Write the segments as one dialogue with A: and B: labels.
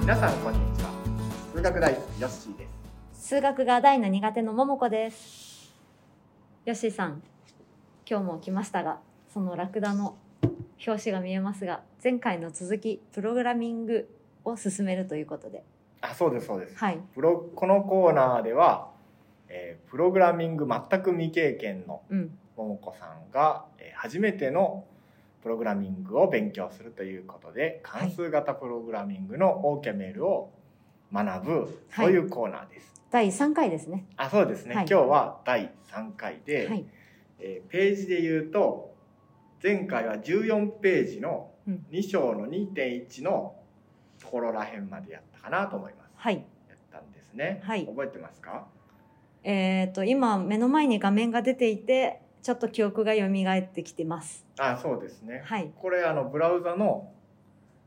A: 皆さんこんにちは数学大好きヨッシーです
B: 数学が大の苦手の桃子ですヨッシーさん今日も来ましたがそのラクダの表紙が見えますが前回の続きプログラミングを進めるということで
A: あそうですそうです
B: はい
A: プロこのコーナーでは、えープログラミング全く未経験の
B: うん
A: 桃子さんが、えー初めてのプログラミングを勉強するということで関数型プログラミングの OKML を学ぶ、そういうコーナーです。
B: 第3回ですね
A: あそうですね、
B: はい
A: 今日は第3回で、
B: はい
A: えーページで言うと前回は14ページの
B: うん
A: 2章の2.1のところらへんまでやったかなと思います。
B: はい
A: やったんですね、
B: はい
A: 覚えてますか
B: えっ、と今目の前に画面が出ていてちょっと記憶が蘇ってきてます
A: あそうですね、
B: はい
A: これあのブラウザの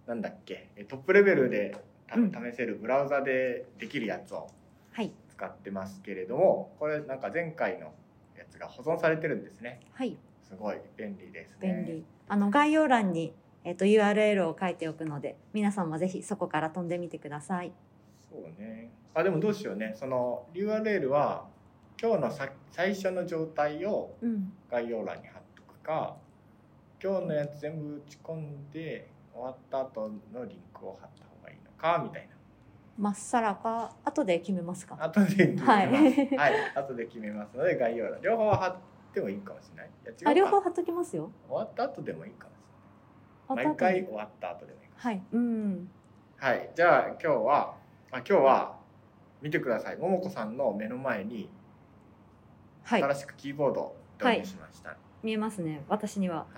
A: なんだっけえトップレベルでた
B: うん
A: 試せるブラウザでできるやつを
B: はい
A: 使ってますけれどもこれなんか前回のやつが保存されてるんですね
B: はい
A: すごい便利ですね
B: 便利、あの概要欄に、えっと URL を書いておくので皆さんもぜひそこから飛んでみてください
A: そうねあでもどうしようねその URL は今日のさ最初の状態を
B: うん
A: 概要欄に貼っとくか今日のやつ全部打ち込んで終わった後のリンクを貼った方がいいのかみたいな
B: まっさらか後で決めますか
A: 後で決めます。
B: は
A: はいい、後で決めますので概要欄両方貼ってもいいかもしれない。いや違うか
B: あ両方貼っときますよ
A: 終わった後でもいいかもしれ
B: あ
A: ない。毎回終わった後でもいいか
B: はいうん
A: も。はい、じゃあ今日はあ今日は見てください。ももこさんの目の前に
B: はい
A: 新しくキーボードを導入しました。はい。
B: 見えますね私には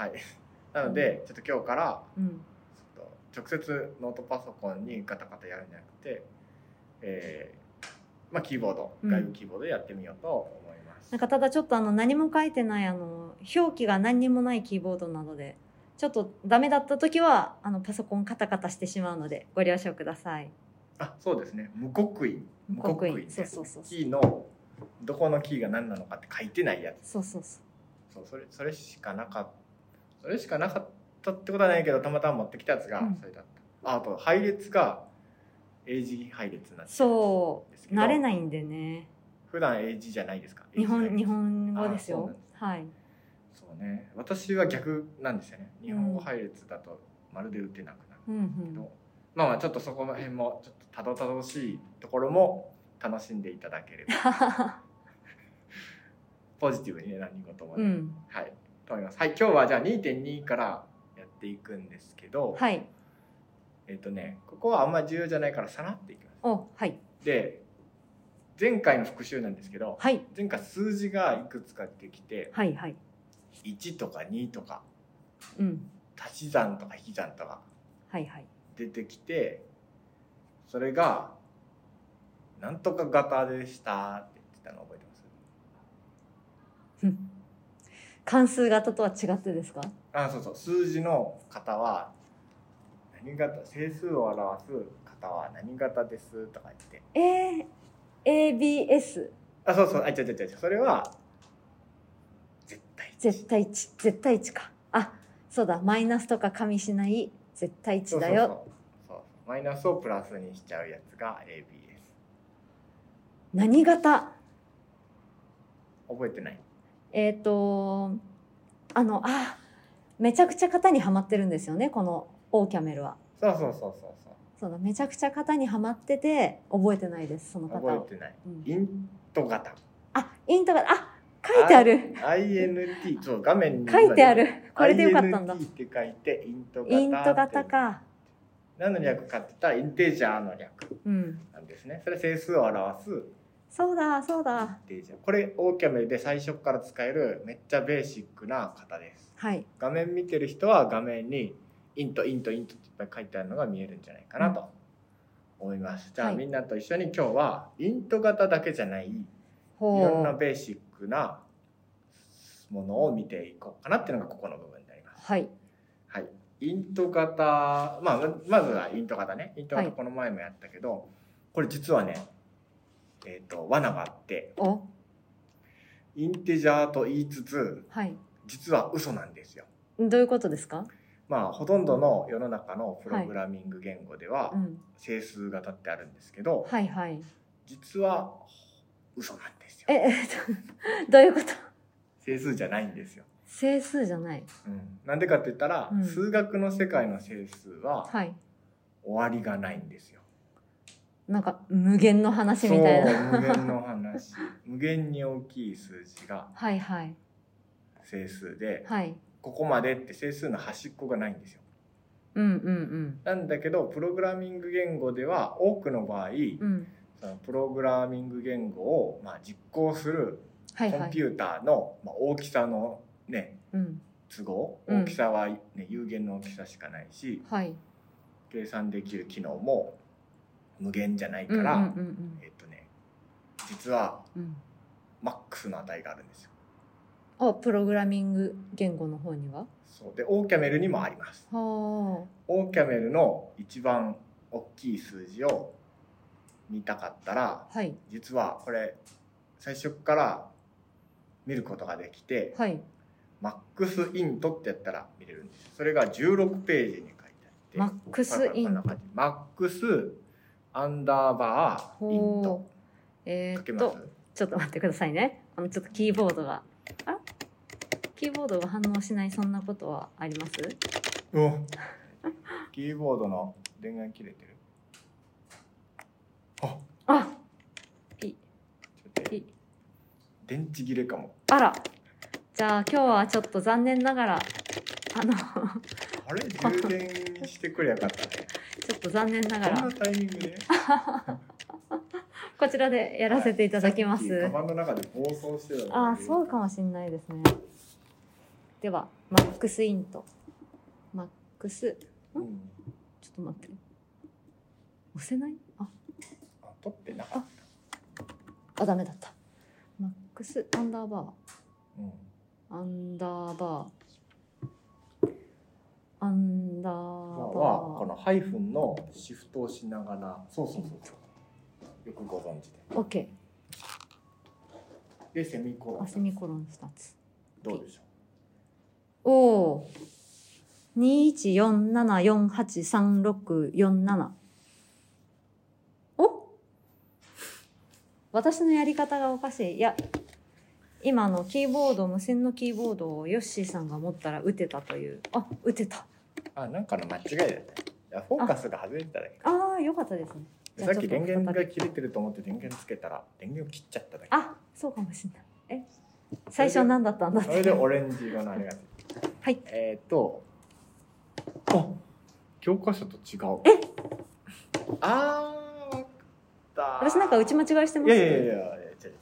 A: なのでちょっと今日から
B: うん
A: ちょっと直接ノートパソコンにガタガタやるんじゃなくて、えーまあキーボード
B: うん
A: 外部キーボードでやってみようと思います。
B: なんかただちょっとあの何も書いてないあの表記が何にもないキーボードなのでちょっとダメだった時はあのパソコンカタカタしてしまうのでご了承ください
A: あそうですね無刻印無刻印ね
B: そうそうそう
A: キーのどこのキーが何なのかって書いてないやつ
B: そうそうそう
A: そうそれそれしかなかったそれしかなかったってことはないけどたまたま持ってきたやつが
B: うん
A: それだった、ああと配列が英字配列になって
B: そ
A: です
B: う
A: けど
B: 慣れないんでね
A: 普段英字じゃないですか
B: 日
A: 英字配
B: 本
A: 列
B: 日本語です
A: あそう
B: よ
A: なんです
B: はい
A: そうね私は逆なんですよね日本語配列だとまるで打てなくなる
B: うんう
A: けど、
B: ん
A: まあまあちょっとそこら辺もちょっとたどたどしいところも楽しんでいただけ ればポジティブにね何事もね、
B: うん
A: はい、と思います。はい、今日はじゃあ2.2からやっていくんですけど、
B: はい
A: えっ、とね、ここはあんま重要じゃないからさらっていきま
B: おはい
A: す。で、前回の復習なんですけど、
B: はい
A: 前回数字がいくつか出てきて、
B: はいはい
A: 1とか2とか、
B: うん
A: 足し算とか引き算とか
B: はいはい
A: 出てきて、それが、なんとか型でしたって言ってたの覚えてます
B: うん関数型とは違ってですか
A: あそうそう数字の型は何型整数を表す型は何型ですとか言って
B: えー、ABS
A: あそうそうあ違う違う違うそれは絶対値
B: 絶対値絶対値かあそうだマイナスとか加味しない絶対値だ
A: そ
B: よ
A: うそうそうそうマイナスをプラスにしちゃうやつが ABS
B: 何型
A: 覚えてない
B: えっ、とあのあめちゃくちゃ型にはまってるんですよねこのオーキャメルは
A: そうそうそうそうそ
B: そうだめちゃくちゃ型にはまってて覚えてないですその
A: う
B: 型
A: 覚
B: を
A: えてない
B: うん
A: イント型
B: あイントがあ書いてある
A: INT そう画面に
B: 書いてあるこれでよかったんだ
A: INT って書いてイント型
B: イント型か
A: 何の略かって言ったらインテージャーの略
B: うん
A: なんですね。それは整数を表す
B: そうだそう
A: イン
B: だ
A: テージャー。これオーキャメルで最初から使えるめっちゃベーシックな型です。
B: はい
A: 画面見てる人は画面にイントイントイントっていっぱい書いてあるのが見えるんじゃないかなと思います。じゃあ
B: はい
A: みんなと一緒に今日はイント型だけじゃないいろん
B: ほ
A: な
B: う
A: ベーシックなものを見ていこうかなっていうのがここの部分になります。
B: はい
A: はい、イント型、まあ、ままずはイント型ねイント
B: は
A: 型
B: い
A: この前もやったけど、これ実はね、えー、と罠があって
B: お
A: インテジャーと言いつつ
B: はい
A: 実は嘘なんですよ。
B: どういうことですか
A: まあほとんどの世の中のプログラミング言語では
B: うん、
A: 整数型ってあるんですけど、
B: はいはい。
A: 実は嘘なんです
B: え、
A: よ。
B: え っと、どういうこと
A: 整数じゃないんですよ。
B: 整数じゃない。
A: うんな、んでかって言ったら、
B: うん
A: 数学の世界の整数は
B: はい。
A: 終わりがないんですよ。
B: なんか無限の話
A: そう
B: みたいな。
A: 無限の 話無限に大きい数字が
B: はいはい。
A: 整数で
B: はい。
A: ここまでって整数の端っこがないんですよ。
B: うんうん
A: なんだけどプログラミング言語では多くの場合
B: うん。うん。
A: そのプログラミング言語をまあ実行する
B: は
A: コ
B: いは
A: ン
B: い
A: ピ。ューターのまあ大きさのね
B: うん。
A: 都合
B: うん
A: 大きさはね有限の大きさしかないし
B: はい。
A: 計算できる機能も無限じゃないか
B: うんうんう
A: ら
B: ん
A: えっとね実は
B: うんうん。
A: マックスの値があるんですよ。
B: あ、プログラミング言語の方には。
A: そうでオーキャメルにもあります。
B: は
A: オーキャメルの一番大きい数字を見たかったら
B: あ。はい。
A: 実はこれ最初から見ることができて
B: はい。
A: マックスイントってやったら見れるんですそれが16ページに書いてあ
B: マ
A: って
B: ックスイン
A: パラパラパラパラマックスアンダーバーイン
B: ほ
A: ト
B: う。え
A: 書け
B: ー、っ
A: ます
B: と、ちょっと待ってくださいね。あの、ちょっとキーボードが。あキーボードが反応しない、そんなことはあります
A: うおキーボードの電源切れてるあ
B: あピ
A: ちょっと待って
B: ピ
A: 電池切れかも
B: あら。じゃあ今日はちょっと残念ながら、あの、
A: あれ充電にしてくれよかった ね
B: ちょっと残念なが
A: こん
B: ら
A: な、タイミングで
B: こちらでやらせていただきま
A: は
B: す。
A: いさっきカバンの中で暴走してたの
B: ああ、そうかもしれないですね。では、マックスイント。マックス、
A: うん
B: ちょっと待って。押せないあ、
A: あ取ってなかった
B: あ、ダメだった。マックスアンダーバー。
A: うん
B: アンダーバー。アンダー
A: 今
B: バ
A: はこ
B: ー。
A: のハイフンのシフトをしながらそうそうそうそうよくご存知
B: オッケ
A: ででセミコロ
B: ー。あ、
A: ン
B: セミコロン2つ。
A: どうでしょ
B: おお。二一四七四八三六四七。お。私のやり方がおかしい。いや。今のキーボード、無線のキーボードをヨッシーさんが持ったら打てたという。あ、打てた。
A: うあなんかの間違いだったいやフォーカスが外れてただけ
B: ああ、よかったですね。じゃあ
A: さっき電
B: ちょっと
A: 源
B: 再
A: が
B: び
A: 切れてると思って電源つけたら電源を切っちゃっただけ
B: あ、そうかもしれない。え。最初は何だったんだっ
A: それ
B: て。
A: でオレンジ色のあれが
B: はい
A: えっ、ー、とあ教科書と違う
B: え
A: あーわかった
B: 私なんか打ち間違いしてま
A: い
B: す
A: や
B: ね。
A: いやいやいや違う違う違う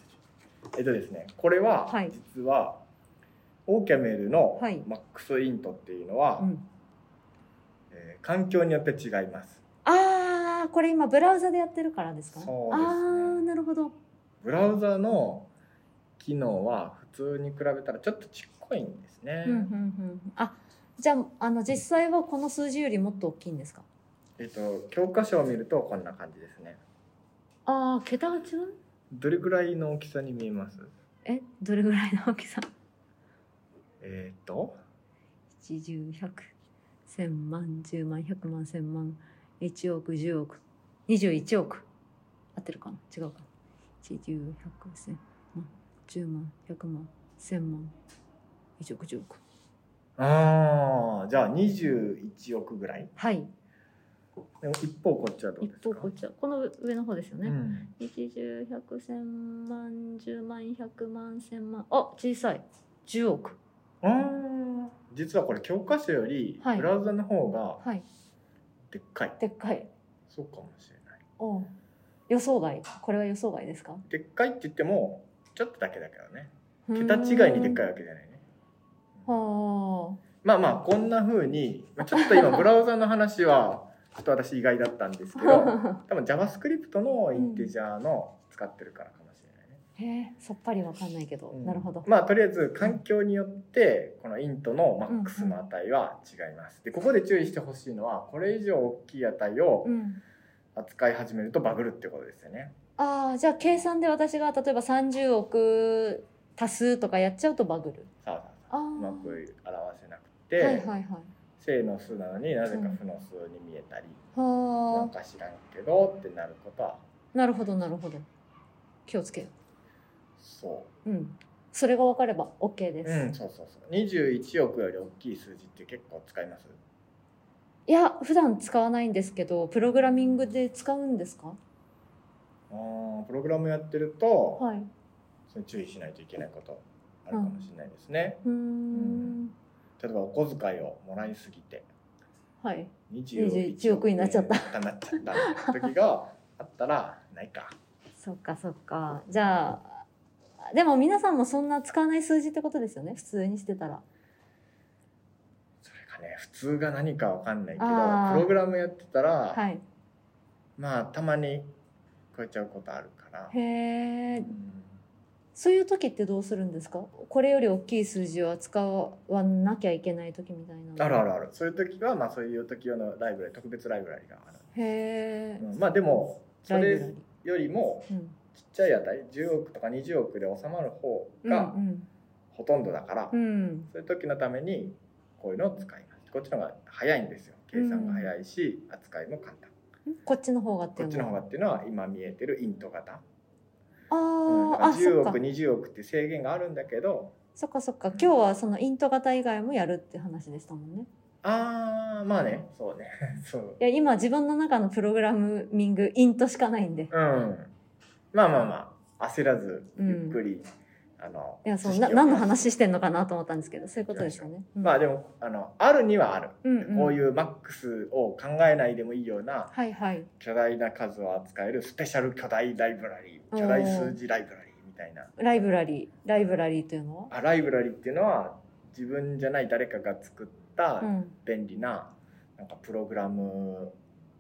A: えっとですねこれは
B: はい
A: 実は、オーキャメルの
B: はい
A: マックスイントっていうのは、
B: うん。
A: えー環境によって違います
B: ああ、これ今ブラウザでやってるからですか。
A: そうですね
B: ああ、なるほど。
A: ブラウザの機能は普通に比べたらちょっとちっこいんですね、
B: うんうんうん、あじゃああの実際はこの数字よりもっと大きいんですか
A: えっと教科書を見るとこんな感じですね
B: ああ桁が違う
A: どれぐらいの大きさに見えます
B: えどれぐらいの大きさ
A: えっ、と
B: 一十百千万十万百万千万一億十億二十一億合ってるかな違うかな一十百千万十万百万千万一億十億
A: ああじゃあ21億ぐらい
B: はい
A: でも一方こっちはどうで
B: 一
A: すか
B: 方こっちはこの上の方ですよね、
A: うん、
B: 一十百千万十万百万千万あ小さい十億
A: あー実はこれ教科書より
B: はい
A: ブラウザの方が
B: はい
A: でっかい、
B: でっかい
A: そうかもしれない
B: おう予想外これは予想外ですか
A: でっかいって言ってもちょっとだけだけどね桁違いにでっかいわけじゃないね
B: いは
A: まあまあこんな風にちょっと今ブラウザの話はちょっと私意外だったんですけ ど
B: あ
A: 多分 JavaScript のインテジャーの使ってるからかもしれないね、
B: へえさっぱりわかんないけど、
A: うん
B: なるほど
A: まあとりあえず環境によってこのイントのマックスの値は違います、でここで注意してほしいのはこれ以上大きい値を
B: うん
A: 扱い始めるとバグるってことですよね
B: ああじゃあ計算で私が例えば30億足すとかやっちゃうとバグる
A: さあさあさあ
B: ああ
A: うま
B: は
A: く表せなく
B: い
A: て、
B: はいはい
A: 正の数なのになぜか負の数に見えたり、なん
B: は
A: か知らんけどってなることは
B: あなるほどなるほど気をつけよ
A: そう
B: うんそれが分かれば OK で
A: う、
B: す、
A: うん、そうそうそう21億より大きい数字って結構使います
B: いや普段使わないんですけどプログラミングで使うんですか
A: あープログラムやってると、
B: はいう
A: その注意しないといけないことあるかもしれないですね、
B: ーん
A: ん例えばお小遣いをもらいすぎて
B: はい
A: 21
B: 21億になっちゃった
A: なっちゃった時があったらないか
B: そっかそっかじゃあでも皆さんもそんな使わない数字ってことですよね普通にしてたら
A: それがね普通が何かわかんないけど
B: あー
A: プログラムやってたら、
B: はい
A: まあたまに超えちゃうことあるから、
B: へ
A: う
B: え
A: ん
B: そういう時ってどうするんですかこれより大きい数字を扱わなきゃいけない時みたいな
A: あるあるあるそういう時はまあそういう時用のライブラリ特別ライブラリがある、
B: へえ
A: うんまあでもそ
B: ライブ
A: れ
B: ラリ
A: よりも
B: うん
A: ちっちゃい値10億とか20億で収まる方
B: う
A: が
B: ん
A: ほとんどだから、
B: うんうん
A: そういう時のためにこういうのを使いますこっちの方が早いんですよ計算が早いし、扱いも簡単
B: こっちの方がっ
A: こ
B: てい
A: っ
B: う
A: ちの方がっていうのは今見えてるイント型、うん
B: あ
A: だ
B: あ
A: から
B: あそ
A: 10
B: っか
A: 億20億って制限があるんだけど
B: そっかそっか今日はそのイント型以外もやるって話でしたもんね
A: あーまあねそうね そう
B: いや今自分の中のプログラミングイントしかないんで
A: うんまあまあまあ焦らずゆっくり、あの
B: いやそう
A: 知
B: な
A: 識を
B: 何の話してんのかなと思ったんですけどそういうことですよね。
A: まあでもあのあるにはある、
B: うんうん
A: こういうマックスを考えないでもいいような
B: はいはい。
A: 巨大な数を扱えるスペシャル巨大ライブラリー巨大数字ライブラリーみたいな
B: ライブラリーライブラリーというのは、
A: あライブラリっていうのは自分じゃない誰かが作った
B: うん、
A: 便利ななんかプログラム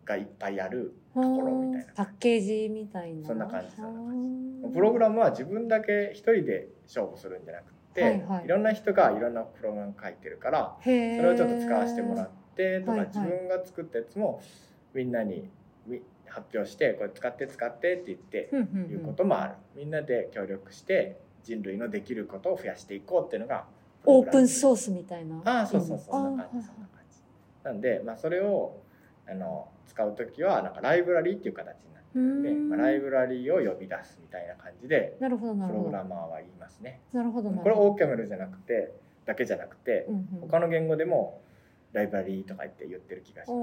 A: がいっぱいあるころみたいな
B: パッケージみたいな
A: そんな感じそんな
B: 感
A: プログ
B: ラ
A: ラムは自分だけ一人で勝負するんじゃなくて、
B: はいいはい
A: ろんな人がいろんなプログラム書いてるから
B: そ
A: それをちょっと使わせてもら
B: う
A: ってとか、
B: はいはい
A: 自分が作ったやつもみんなにみ発表してこれ使って使ってって言って
B: んうんうん
A: いうこともある、みんなで協力して人類のできることを増やしていこうっていうのが
B: オープン
A: ー
B: ソースみたいな
A: ああそうそうそ
B: うんん
A: な感じそんな
B: あ
A: 感じなんで、まあ、それをあの使う時はなんかライブラリーっていう形になってるんで、
B: うーん
A: まあ、ライブラリーを呼び出すみたいな感じで
B: なるほどな
A: プ
B: る
A: ロ
B: ほ
A: グ
B: ど
A: ラマーは言いますね
B: なるほどなるほど
A: これオーケムルじゃなくてだけじゃなくて
B: うんうん
A: 他の言語でもライブラリーとか言って言ってる気がしますうん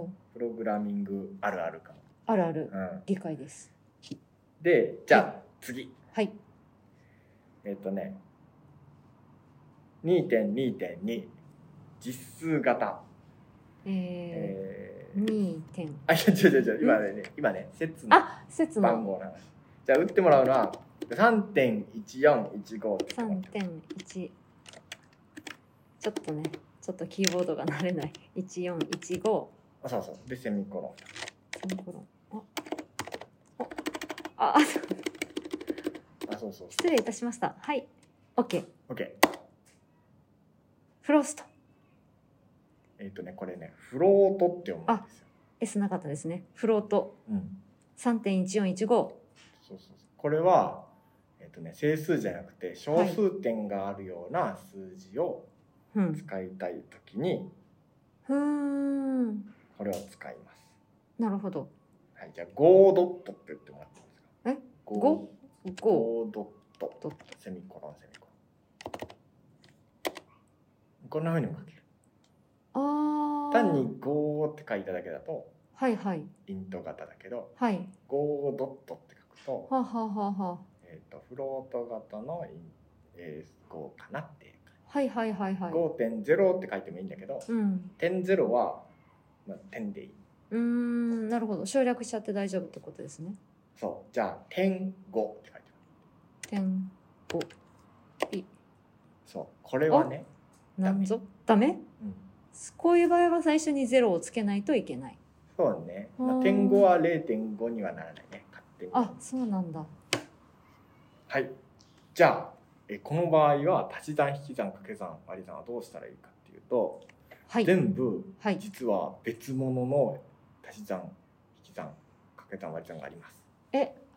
B: おー
A: プログラミングあるあるかも、
B: あるある
A: うん、
B: 理解です
A: でじゃあ次
B: はい
A: えっとね2.2.2実数型、
B: え
A: えー
B: ー、2点
A: あ、いや、違う違う違う、今ね、今ね、節の
B: あ説
A: 番
B: の
A: 号なの。じゃあ、打ってもらうのは、3.1415って
B: 三点一。ちょっとね、ちょっとキーボードが慣れない。一四一五。
A: あ、そうそう。で、セミコロ
B: セミコロンあ、あ、あ、そう
A: ン。あ、そうそう
B: 失礼いたしました。はい。オッケー。
A: オッケ
B: フロスト。
A: ー。えっ、とね、これね、フロートって思うんですよ。
B: S なかったですね。フロート。
A: うん。
B: 三点一四一五。
A: そうそうそう。これは、えっ、とね、整数じゃなくて、小数点があるような数字を
B: うん。
A: 使いたいときに、
B: ふーん。
A: これを使います。
B: なるほど。
A: はい、じゃあ、ゴードットって言ってもらっていいですか。
B: え
A: ゴー
B: 五。
A: ゴードット。
B: ドッ
A: セミコロンセミコロンこんな風にも書ける
B: ト。ああ。
A: 単に。「5」って書いただけだと
B: はいはい。
A: イント型だけど
B: はい。
A: 「5ドット」って書くと,、
B: はあ、はあはあは
A: えー、とフロート型のイン、えー、5かなっていう
B: あ。はいはいはいはい。
A: 感じ5.0って書いてもいいんだけど
B: うん。
A: 点ゼロは、まあ、点でいい
B: うんうーんなるほど省略しちゃって大丈夫ってことですね
A: そうじゃあ点5って書いてある
B: 点五
A: そうこれはね、
B: なんぞダメ
A: うん、
B: こういう場合は最初にゼロをつけないといけない
A: そうね、まあ、
B: うん
A: 点5は0.5にはならないね勝手に
B: あそうなんだ
A: はい。じゃあ、えこの場合は足し算引き算掛け算割り算はどうしたらいいかっていうと、
B: はい
A: 全部
B: はい
A: 実は別物の足し算引き算掛け算割り算があります。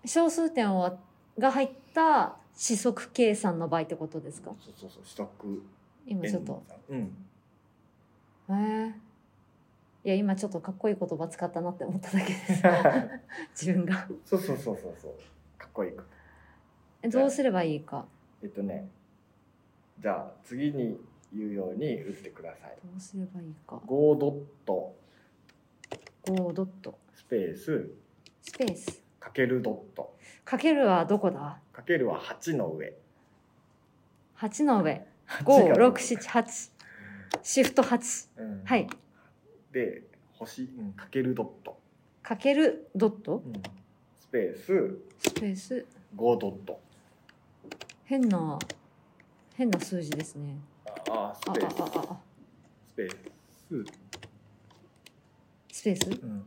B: 小数点をが入った四則計算の場合ってことですか
A: そうそうそう。取得
B: 今ちょっと
A: うん。
B: へえいや今ちょっとかっこいい言葉使ったなって思っただけです 自分が
A: そうそうそうそうそうかっこいいこと
B: えどうすればいいか
A: えっとねじゃあ次に言うように打ってください
B: どうすればいいか
A: Go ドット
B: 5ドット
A: スペース
B: スペース
A: かけるドット
B: かけるはどこだ
A: かけるは8の上
B: 8の上
A: 8が
B: 5678シフト8
A: うん
B: はい
A: で星うんかけるドット、
B: かけるドット
A: スペース
B: スペース
A: 5ドット
B: 変な変な数字ですね
A: ああス
B: ああ
A: ペー
B: あ
A: ス
B: ああ
A: スペース、
B: スペースか
A: うん、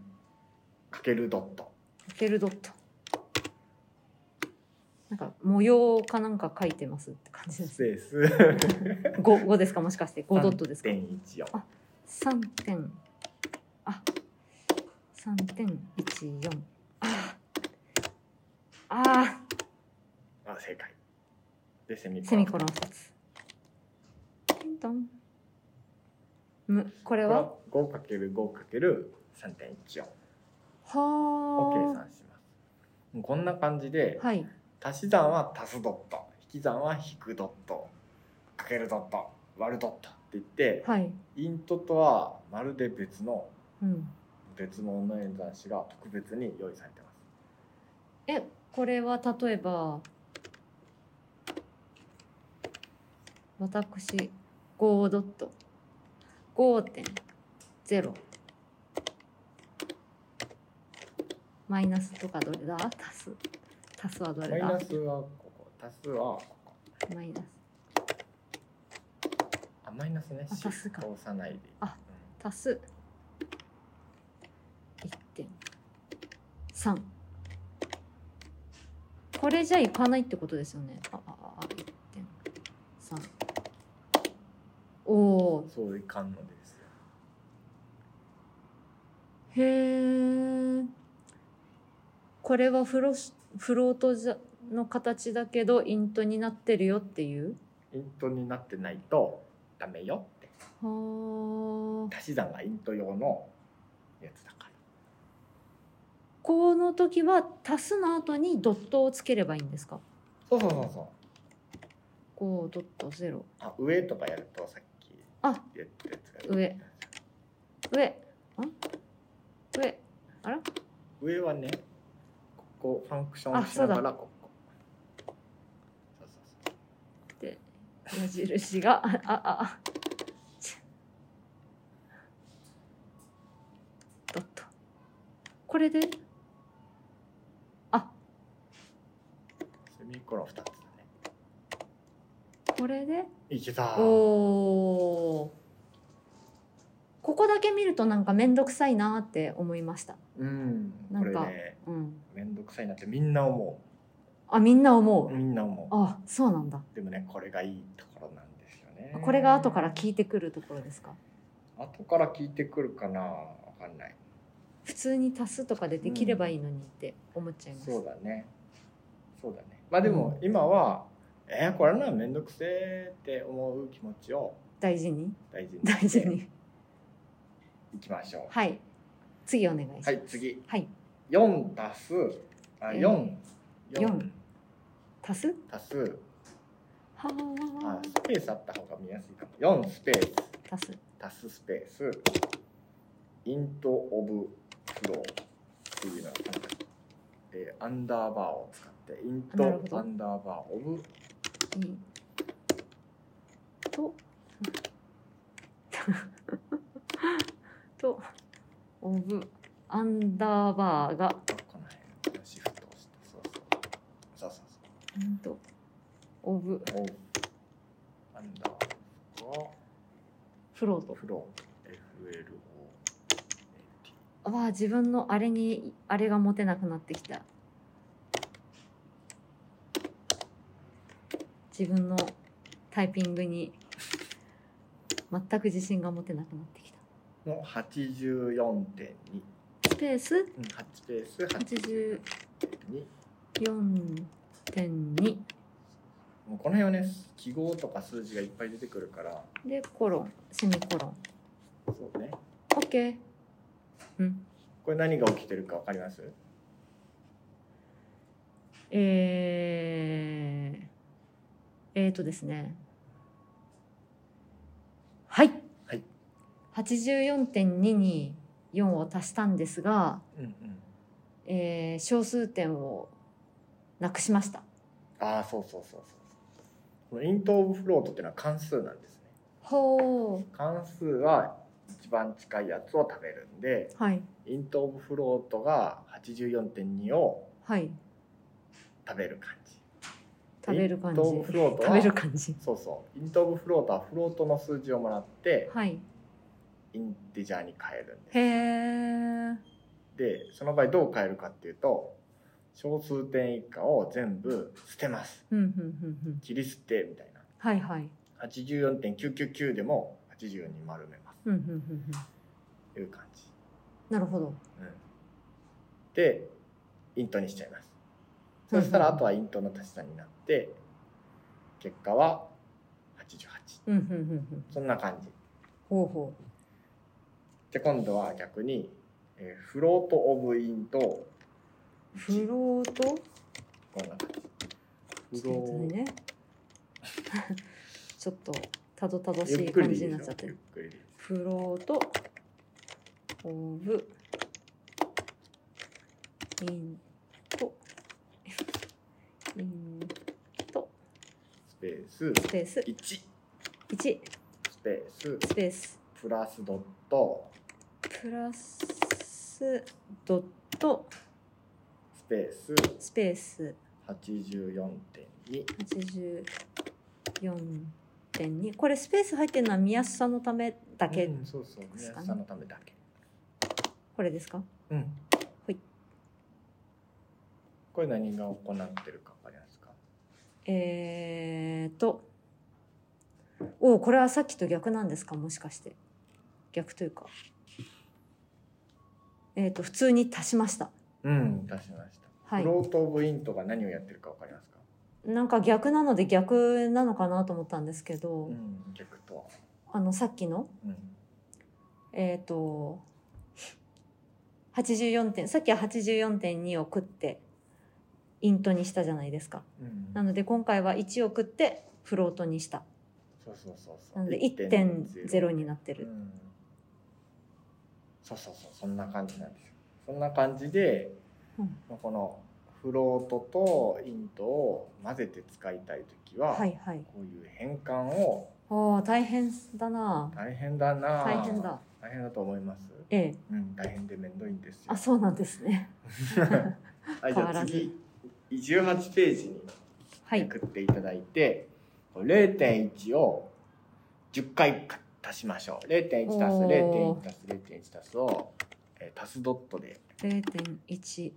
A: かけるドット
B: けるドットなんか模様かなんか書いてますって感じで
A: ス
B: す
A: ペース
B: 5, 5ですかもしかして5ドットですか
A: 3.14
B: 三点あ三点一四あああ
A: あ正解でセミ
B: ー
A: コ
B: セ
A: ロン
B: ミコロン一つテントンむこれ
A: これは
B: は
A: 5×5×3.14 を計
B: は
A: 算しますもうこんな感じで
B: あはい
A: 足し算は足すドット引き算は引くドットかけるドット割るドットって言って
B: はい
A: イントとはまるで別の
B: うん
A: 別のオンライン雑誌が特別に用意されてます
B: えこれは例えば私5ドット5.0マイナスとかどれだ足す足すはど
A: マ
B: れ
A: イ
B: だ
A: ナスはここ足すはここ
B: マイナス
A: あマイナスね
B: あ
A: シ
B: 足
A: フ
B: すか
A: ト押さないで
B: あ
A: うん
B: 足す1.3これじゃいかないってことですよねああああ1.3おお
A: そういかんのですよ
B: へえこれはフロスフロートじゃの形だけどイントになってるよっていう
A: イントになってないとダメよって
B: はあ
A: 足し算がイント用のやつだから
B: この時は足すの後にドットをつければいいんですか
A: そうそうそうそう
B: 5ドット0
A: あ上とかやるとさっき
B: あ
A: やったやつが
B: 上上ん上あら
A: 上はねここファンクションしなが
B: あそう
A: らここそうそう
B: 矢印があああちドットこれであ
A: そうセミコロン2つだね
B: これで
A: いけた
B: おおここだけ見るとなんか面倒くさいなーって思いました
A: うん
B: な
A: こ
B: ん
A: れ
B: か
A: ね
B: うん
A: めんどくさいなってみんな思
B: あみんな思
A: う
B: う
A: みんな思う
B: あそうなんだ
A: でもねこれがいいところなんですよね
B: これが後から聞いてくるところですか
A: 後から聞いてくるかなわかんない
B: 普通に足すとかでできればいいのにって思っちゃいます、
A: そうだねそうだねまあでも今は、えー、これならめんどくせえって思う気持ちを
B: 大事に
A: 大事に
B: 大
A: し
B: 事
A: て
B: に
A: いきましょう
B: はい次お願いします
A: はい次
B: はい
A: 4足すあ四四
B: 四足す
A: 足すあ
B: はあ
A: スペースあった方が見やすいかも4スペース
B: 足す
A: 足すスペースイントオブフローっていうのがなんかえーアンダーバーを使ってイン
B: あなるほ
A: ト
B: ど
A: アンダーバーオブ
B: いいと とオブアンダーバーが
A: あこの辺のシフトを押してそうそうそうそう
B: うんとオブ
A: そうオブアンダーバ
B: フロー
A: ー
B: ト
A: フロー FLO
B: わあ自分のあれにあれが持てなくなってきた自分のタイピングに全く自信が持てなくなってきた
A: の84.2
B: スペース
A: うん8ペース
B: 84.2
A: 82もうこの辺はね記号とか数字がいっぱい出てくるから
B: でコロンセミコロン
A: そうね。
B: OK。うん。
A: これ何が起きてるかわかります？
B: えー、えーとですね。はい。
A: はい。
B: 84.2に4を足したんですが、
A: うんうん。
B: えー、小数点をなくしました。
A: ああ、そうそうそうそう。このイントオブフロートっていうのは関数なんですね。
B: ほ
A: 関数は一番近いやつを食べるんで、
B: う。はい。
A: イントオブフロートが84.2を
B: はい。
A: 食べる感じ。
B: 食べる感じ。
A: イントオブ
B: 食
A: フロートは
B: べる感じ。
A: そうそう。イントオブフロートはフロートの数字をもらって、
B: はい。
A: インティジャーに変えるんです。
B: へー。
A: でその場合どう変えるかっていうと小数点以下を全部捨てます
B: うんうんうんうん。
A: 切り捨てみたいな
B: はいはい。
A: 84.999でも84に丸めま
B: うんうんうんうん。
A: すいう感じ、
B: なるほど。
A: うん、でイントにしちゃいますそしたらあとはイントの足し算になって結果は88
B: うんうんうんうん。
A: そんな感じ
B: ほうほう。
A: で今度は逆に、えーフロート・オブ・イント
B: フロート
A: こんな感じ
B: ち
A: フ
B: ょ
A: ロ
B: っと待って
A: ー
B: ね。 ちょっとたどたどし
A: ゆ
B: い
A: っくり
B: 感
A: でいい
B: じになっ
A: で
B: ち
A: す
B: ゃ
A: よ
B: って
A: ゆっくり
B: る。
A: でいい
B: フロートオブイントイント
A: スペース
B: スペース
A: 1ス
B: 1
A: ペース
B: スペース
A: プラスドット
B: プラスドット
A: スペース
B: スペース
A: 84.2
B: 84.2これスペース入ってるのは見やすさのためだけ、
A: うんそうそう
B: で
A: 目
B: すかね
A: 安さのためだけ
B: これですか
A: うん
B: ほい
A: これ何が行ってるかわかりますか
B: えーとおうこれはさっきと逆なんですかもしかして逆というかえーと普通に足しました
A: うん出しました、
B: はい
A: フロート・オブ・イントが何をやってるかわかりますか
B: なんか逆なので逆なのかなと思ったんですけど、
A: うん逆とは
B: あのさっきの
A: うん
B: えっ、ー、と84点さっきは84.2を食ってイントにしたじゃないですか
A: うん
B: なので今回は1を食ってフロートにした
A: そうそうそうそう
B: なので1.0になって
A: う
B: る
A: んそうそうそうそんな感じなんですよそんな感じで、
B: うん
A: このフロートとイントを混ぜて使いたい時は、
B: はいはい
A: こういう変換を
B: ああ大変だな
A: 大変だな
B: 大変だ
A: 大変だと思います
B: ええ
A: うん大変で面倒いんですよ
B: あそうなんですね
A: はいじゃ
B: 変わら
A: あ
B: ず
A: 次18ページに
B: はい
A: めくっていただいて、これ0.1を10回足しましょう0.1足す0.1
B: おー
A: 足す0.1足すを、えー足すドットで
B: 0.1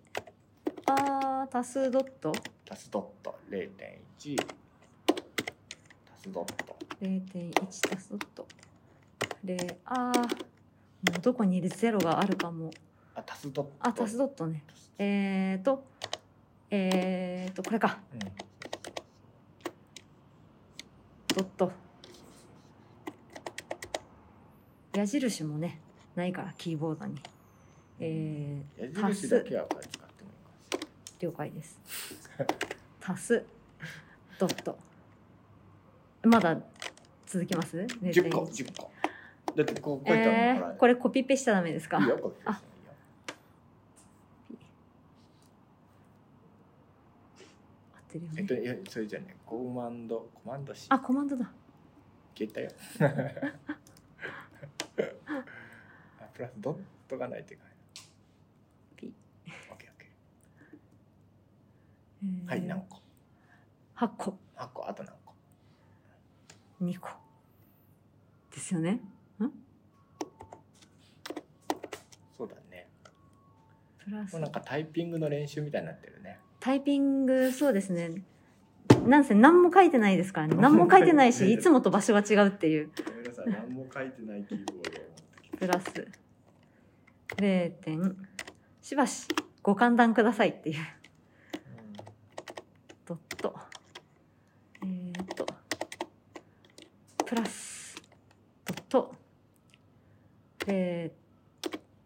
B: あー足すドット
A: 足すドット0.1足すドット
B: 0.1足すドット0あーもうどこに0があるかも
A: あ足すドット
B: あ足すドットね
A: 足す
B: えーと、えーと、これか、
A: うん
B: ドット。矢印もね、ないから、キーボードに。え
A: 矢印だけはこれ使ってもいいかもしれない
B: ー、了解です。足す、ドット。まだ続きます
A: 10個
B: 0.1
A: 10個だってこう書いてあ
B: え
A: るの
B: ー、
A: こ
B: これコピペしちゃダメですか
A: れいいよこれ
B: あ合ってるよ
A: えっと
B: ね。
A: いやそれじゃねコマンドコマンド C
B: あ、コマンドだ。
A: 消えたよ あプラスドットがないといけない
B: ピ
A: オッケーオッケ
B: えー
A: ーはい何個
B: 8個、
A: 8個あと何個
B: 2個。ですよね。
A: そうだね
B: プラ
A: も
B: ス
A: うなんかタイピングの練習みたいになってるね
B: タイピング、そうですね。なんせ何も書いてないですからね。何も書いてないし、 いつもと場所が違うっていう。
A: ごめんなさい何も書いてないキーボードを持ってきて
B: プラス0点。しばしご勘断くださいっていう。ドット。えー、っと。プラス。ドット。で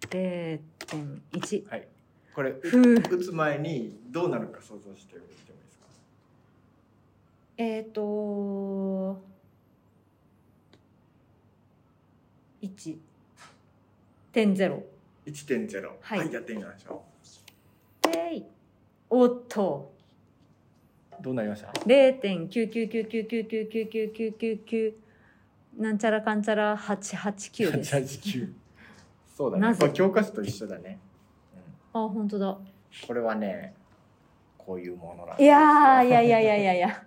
B: 0.1
A: はい。これ、
B: ふう
A: 打つ前にどうなるか想像してみてもいいですか
B: えっ、ー、と1.0 1.0
A: ?1.0。
B: はい
A: やってみましょ
B: えいおっと
A: う。どうなりました
B: 0.99999999999なんちゃらかんちゃら889で
A: ジャ
B: す
A: ッジ級そうだね。
B: なぜ
A: これ教科書と一緒だね。
B: あ本当だ
A: これはね、こういうものなん
B: い
A: ですよ
B: やーいやいやいやいやいや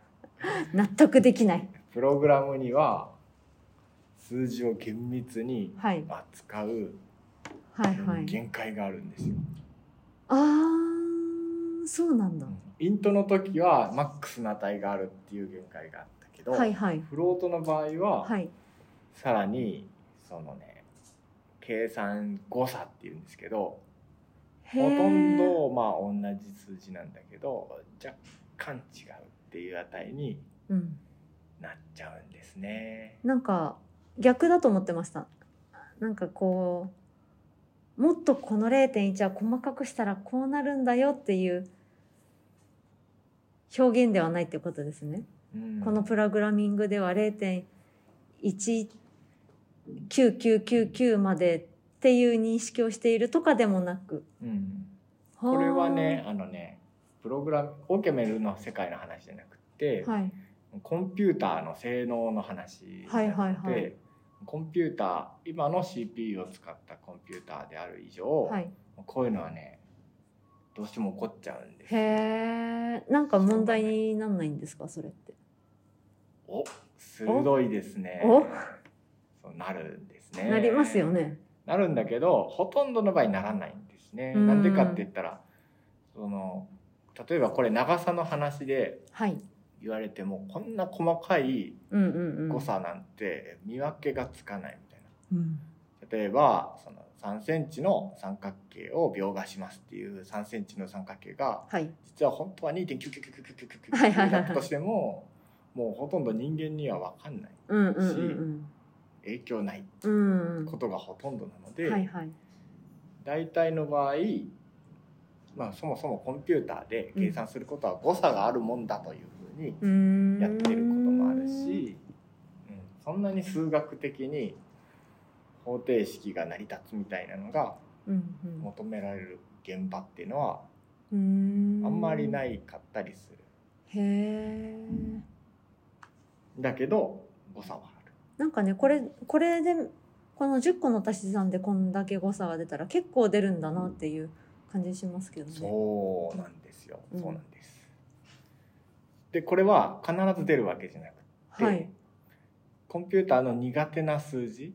B: 納得できない
A: プログラムには数字を厳密に
B: はい
A: 扱う
B: はいはい
A: 限界があるんですよ。
B: あーそうなんだ
A: イントの時はマックスな値があるっていう限界があったけど、
B: はいはい
A: フロートの場合は、
B: はい
A: さらにそのね計算誤差っていうんですけどほ
B: ほ
A: とんどまあ同じ数字なんだけど若干違うっていう値に
B: うん
A: なっちゃうんですね。
B: なんか逆だと思ってましたなんかこうもっとこの0.1は細かくしたらこうなるんだよっていう表現ではないってことですね、
A: うん
B: このプログラミングでは0.19999までっていう認識をしているとかでもなく
A: うん
B: こ
A: これはねあのねプログラムオーケメルの世界の話じゃなくて、
B: はい
A: コンピューターの性能の話なので、
B: はいはいはい
A: コンピューター今の CPU を使ったコンピューターである以上、
B: はい
A: こういうのはねどうしても起こっちゃうんです
B: へ
A: よ
B: えんか問題になんないんですかそれって
A: お鋭いですね
B: お
A: そうなるんですね
B: なりますよね
A: なるんだけどほとんどの場合ならないんですね
B: うん
A: なんでかって言ったらその例えばこれ長さの話で
B: はい
A: 言われてもこんな細かい
B: うんうんうん
A: 誤差なんて見分けがつかないみたいな
B: うん
A: 例えばその3センチの三角形を描画しますっていう3センチの三角形が
B: はい
A: 実は本当は
B: はいはいはいは
A: 2.99999
B: い
A: だったとしてももうほとんど人間には分かんない
B: うんうん
A: 影響ない
B: うんうんうん
A: ことがほとんどなの
B: は
A: で
B: いはい
A: 大体の場合まあそもそもコンピューターで計算することは誤差があるもんだというふうに
B: うーん
A: やってることもあるし、うん、そんなに数学的に方程式が成り立つみたいなのが
B: うんうん
A: 求められる現場っていうのは
B: うーん
A: あんまりないいかったりする、
B: へえ
A: だけど誤差はある
B: なんかねこれこれでこの10個の足し算でこんだけ誤差が出たら結構出るんだなっていう感じしますけどね
A: そうなんですよ、
B: うん
A: そうなんですでこれは必ず出るわけじゃなくて、
B: はい
A: コンピューターの苦手な数字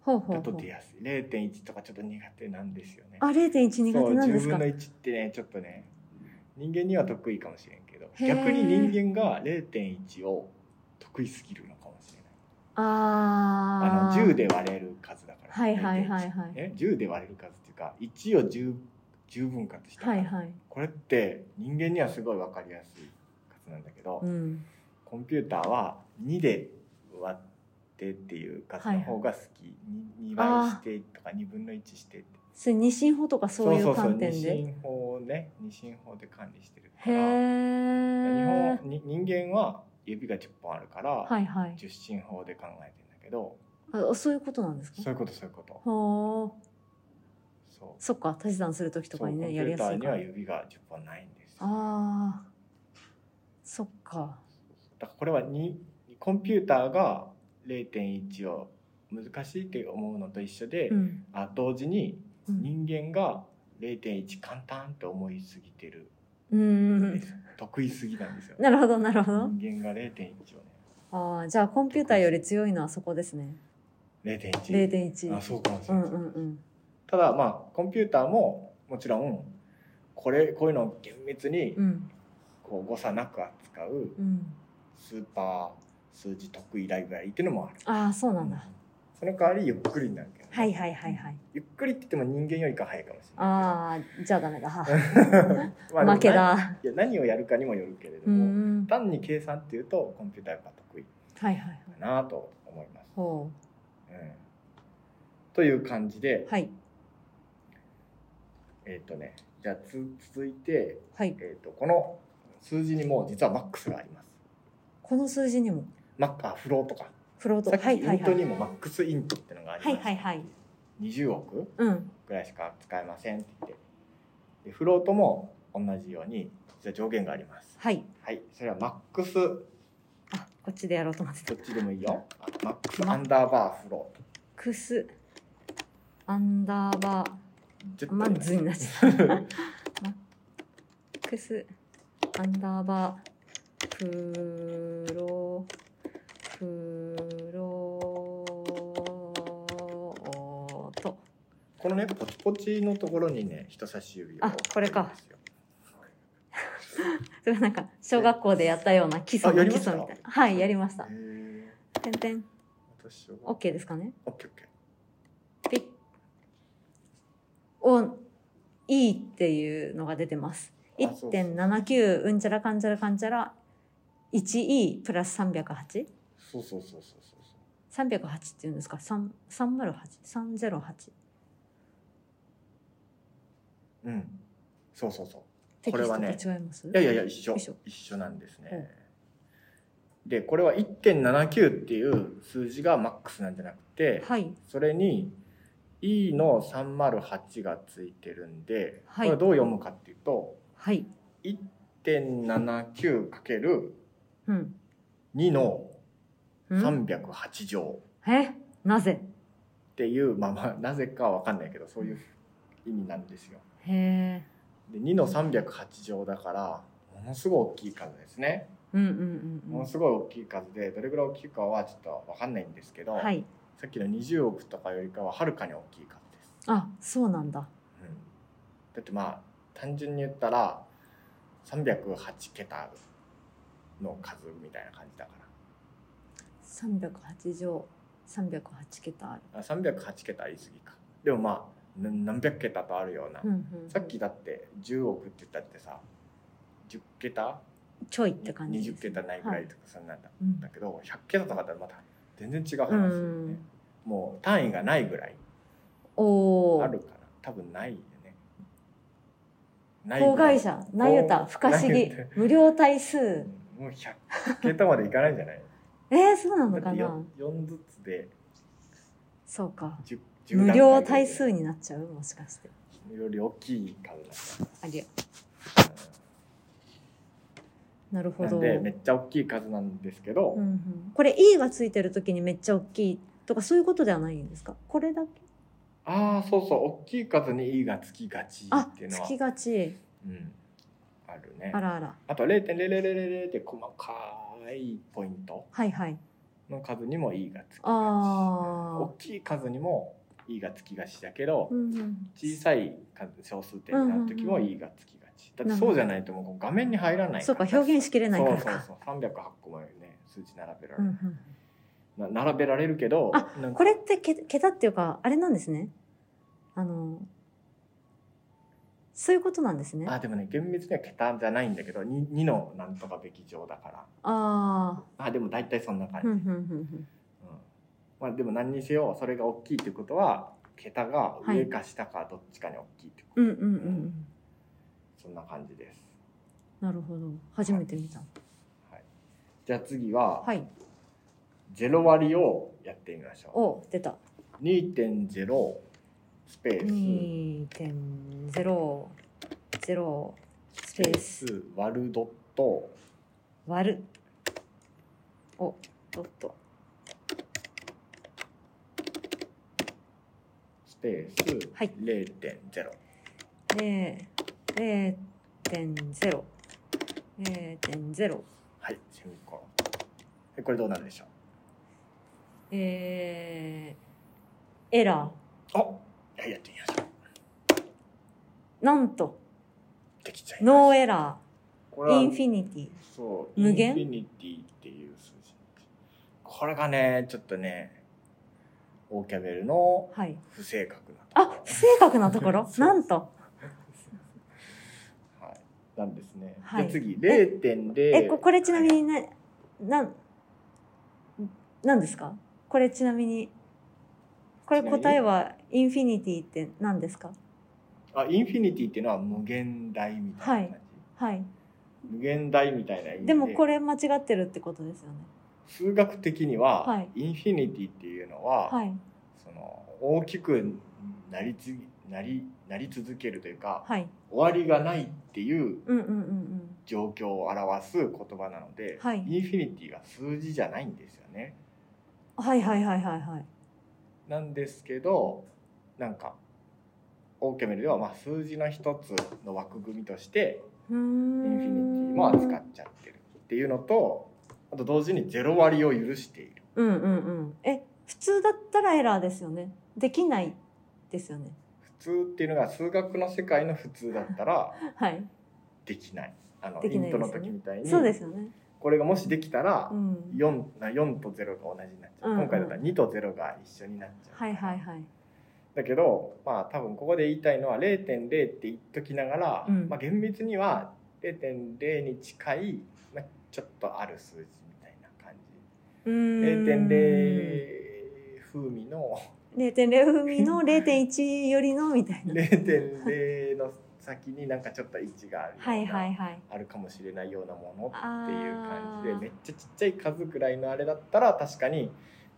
B: ほうほ
A: だ
B: うほ
A: と
B: う
A: 出やすい0.1とかちょっと苦手なんですよね
B: あ0.1苦手なんです
A: そう10分の
B: か
A: 1ってねちょっとね人間には得意かもしれんけど
B: へー
A: 逆に人間が0.1を得意すぎるのかもしれないあ
B: ああ
A: の10で割れる数だから、
B: はいはいはい
A: 0.1
B: はい
A: ね、10で割れる数っていうか1を 10, 10分割したから、
B: はいはい
A: これって人間にはすごい分かりやすい数なんだけど、
B: うん
A: コンピューターは2で割ってっていう数の方が好き、2,
B: あ
A: 倍
B: ー
A: してとか2分の1してって
B: それ二進法とかそういう観点で
A: そうそうそう二進法をね二進法で管理してるか
B: へ
A: ら日
B: え
A: 本に人間は指が10本あるから、
B: はいはい
A: 十進法で考えてんだけど
B: あそういうことなんですか
A: そういうことそういうこと
B: ほー
A: そう
B: そっか足し算する時と
A: そ
B: か
A: う
B: に
A: コン
B: ね
A: ピ
B: や
A: ュ
B: りや
A: ータ
B: す
A: ー
B: い
A: に
B: か
A: は
B: ら
A: 指が10本ないんですよ
B: あーそっか
A: だからこれはにコンピューターが0.1を難しいって思うのと一緒で、
B: うん、
A: あ同時に
B: うん
A: 人間が0.1簡単って思いすぎてる
B: うんうん
A: ん
B: う
A: で
B: ん
A: す、得意すぎなんですよ
B: なるほどなるほど、
A: 人間が0.1を
B: あーじゃあコンピューターより強いのはそこですね
A: ね0.1
B: 0.1
A: あそうかもし
B: う
A: れ
B: ん
A: な
B: う
A: い、
B: んうん
A: ただまあコンピューターももちろんこれこういうのを厳密に
B: うん
A: こう誤差なく扱う
B: うん
A: スーパー数字得意ライブラリっていうのもある
B: ああそうなんだ、
A: その代わりゆっくりになるけど、
B: はいはいはいはい
A: ゆっくりって言っても人間よりか早いかもしれない
B: ああじゃあダメ だは
A: けどまあでも
B: 負けだ
A: いや何をやるかにもよるけれど
B: う
A: も、
B: んはい
A: 単に計算っていうとコンピューターが得意
B: はいはい
A: かなと思います、
B: ほ
A: うんという感じで、
B: はい
A: えっ、とね、じゃあつ続いて、
B: はい
A: えっ、と、この数字にも実はマックスがあります。
B: この数字にも
A: マック、あ、フローとか。
B: フロート
A: さっ
B: は
A: き
B: い
A: イ
B: はい
A: ン
B: は
A: ト
B: い
A: にもマックスイントってのがありま
B: は
A: す。
B: いはいはい
A: 20億
B: うん
A: ぐらいしか使えませんって言って。でフロートも同じように、実は上限があります。
B: はい
A: はい、それはマックス、
B: あこっちでやろうと思ってた
A: どっちでもいいよ。あマックスアンダーバーフロー
B: クスアンダーバー
A: 絶対
B: マンズになっちゃった。マックス、アンダーバー、フロー、フローと。
A: このね、ポチポチのところにね、人差し指を。
B: あこれか。それなんか、小学校でやったような基礎
A: あや
B: の
A: り
B: 基
A: ました
B: 礎みたいな。はい、やりました
A: へ。え。
B: 点々、
A: 私は。オッケ
B: OK ですかね。
A: ー、オッケー。
B: ピッ。お、いいっていうのが出てます。
A: あそうそう
B: 1.79、うんちゃらかんちゃらかんちゃら、1E プラス 308?
A: そうそうそうそうそうそう。
B: 308っていうんですか308308
A: うん。そうそうそう。
B: テキ
A: これ
B: スト
A: は
B: と
A: ね
B: 違います
A: いやいやいや、一緒。
B: 一緒
A: なんですね。で、これは1.79っていう数字がマックスなんじゃなくて、
B: はい
A: それに E の308がついてるんで、
B: はい
A: これどう読むかっていうと、
B: はい
A: 1.79×2
B: うん、
A: の
B: うん、
A: 308乗
B: えなぜ
A: っていう、まあまあ、なぜかわかんないけど、そういう意味なんですよ。
B: へえ
A: で2の308乗だからものすごい大きい数ですね、
B: うんうんうん
A: も
B: う
A: の
B: ん
A: すごい大きい数でどれぐらい大きいかはちょっとわかんないんですけど、
B: はい
A: さっきの20億とかよりかははるかに大きい数です、
B: あそうなんだ
A: うんだってまあ単純に言ったら308桁の数みたいな感じだか
B: 308乗308桁ある、
A: らあ308桁は言い過ぎかでもまあな何百桁とあるような、
B: うんうんうん、
A: さっきだって10億って言ったってさ10桁
B: ちょいって感じです
A: 20桁ないぐらいとかそんなんだ、
B: うん
A: だけど100桁とかだったらまた全然違う話ですよ
B: う
A: ね
B: ん
A: もう単位がないぐらい
B: おお
A: あるかな多分ないよねない
B: 高会社なゆた不可思議
A: なゆた
B: 無料対数
A: もう100桁までいかないんじゃない
B: えー、そうな
A: だ
B: の
A: っ
B: か
A: て
B: な
A: 4, 4ずつで
B: そうか
A: 10, 10
B: 無料対
A: よ
B: 数になっちゃうもしかして
A: り大きい数だか
B: ありゃ
A: ら
B: なるほ
A: な
B: ど
A: んでめっちゃ大きい数なんですけど、
B: うんうん、これ E がついてる時にめっちゃ大きいとかそういうことではないんですかこれだけ
A: ああそうそう大きい数に E がつきがち
B: あ
A: っていうの
B: つ
A: は
B: きがち
A: うん、あるね
B: あらあら
A: あと0.0000って細かいポイント
B: はいはい
A: の数にも E がつきがち
B: あー
A: 大きい数にも E がつきがちだけど
B: うんうん
A: 小さい数小数点になる時も
B: うんうんうん
A: E がつきがちだってそうじゃないともうこう画面に入らない
B: そうか表現しきれ
A: れ
B: ないから
A: そうそう
B: か
A: そう308個もね数字並べられ
B: うんう
A: る、
B: ん
A: な並べられるけど
B: あ
A: なんか
B: これってけ桁っていうかあれなんですねあのそういうことなんですね
A: あでもね厳密には桁じゃないんだけど 2, 2のなんとかべき乗だから
B: あ
A: あでも大体そんな感
B: あ
A: じ、
B: うんうんうん
A: うんまあ、でも何にせよそれが大きいってことは桁が上か下かどっちかに大きいってこと、
B: うんうんうんうん
A: そんな感じです。
B: なるほど初めて見た
A: じゃあ次は
B: はい
A: 0割りをやってみましょ
B: お出た
A: う。2.0スペー
B: 2.00ス
A: ス
B: ペ
A: ペ
B: ー
A: ー
B: ス
A: ス割るドット
B: 割るおドット
A: スペース
B: はい
A: 0.0。
B: で0.0 0.0
A: はい、セミコロンで。これどうなるでしょ
B: えー、エラ
A: う。あ、はい、やってみましょう。
B: ーなんと
A: できちゃいます。
B: ノーエラ
A: これ
B: ー
A: は
B: インフィニティ
A: そう、
B: 無
A: イ
B: 限
A: ンフィニティっていう数字。これがね、ちょっとね、オーキャベルの
B: はい
A: 不正確なとこ
B: あ
A: ろ
B: 不正確なところ
A: そう
B: なんと
A: はい、なんですね。
B: は
A: じ
B: い
A: ゃあ次、0.0。
B: えここれちなみにななんなんですかこれちなみにこれ答えはインフィニティって何ですか
A: あインフィニティっていうのは無限大みたいな感じ、
B: はい
A: 無限大みたいな意味で
B: でもこれ間違ってるってことですよね
A: 数学的には、
B: はい
A: インフィニティっていうのは、
B: はい
A: その大きくなりつなりなり続けるというか
B: はい
A: 終わりがないっていう
B: うんうんうんうん
A: 状況を表す言葉なので、
B: はい
A: インフィニティが数字じゃないんですよね。
B: はいはいはいはいはい
A: なんですけどなんかオーケメルではまあ数字の一つの枠組みとして
B: インフ
A: インフィニティも扱っちゃってるっていうのとあと同時にゼロ割を許している。
B: うんうんうんえ普通だったらエラーですよねできないですよね
A: 普通っていうのが数学の世界の普通だったら
B: はい
A: できない。あの
B: で
A: イ
B: きな
A: ン
B: い
A: ト
B: ですよね
A: の時みたいに
B: そうですよね
A: これがもしできたら
B: うん
A: 四な四とゼロが同じになっちゃう。
B: うんうん
A: 今回だったら二とゼロが一緒になっちゃう。
B: はいはいはい
A: だけどまあ多分ここで言いたいのは0.0って言っときながら、
B: うん
A: まあ、厳密には0.0に近い、まあ、ちょっとある数字みたいな感
B: う
A: じ、
B: ーん
A: 0.0風味の
B: 0.0風味の0.1よりのみたいな
A: 0.0の先になんかちょっと1があるような
B: はいはいはい
A: あるかもしれないようなもの
B: あー
A: っていう感じでめっちゃちっちゃい数くらいのあれだったら確かに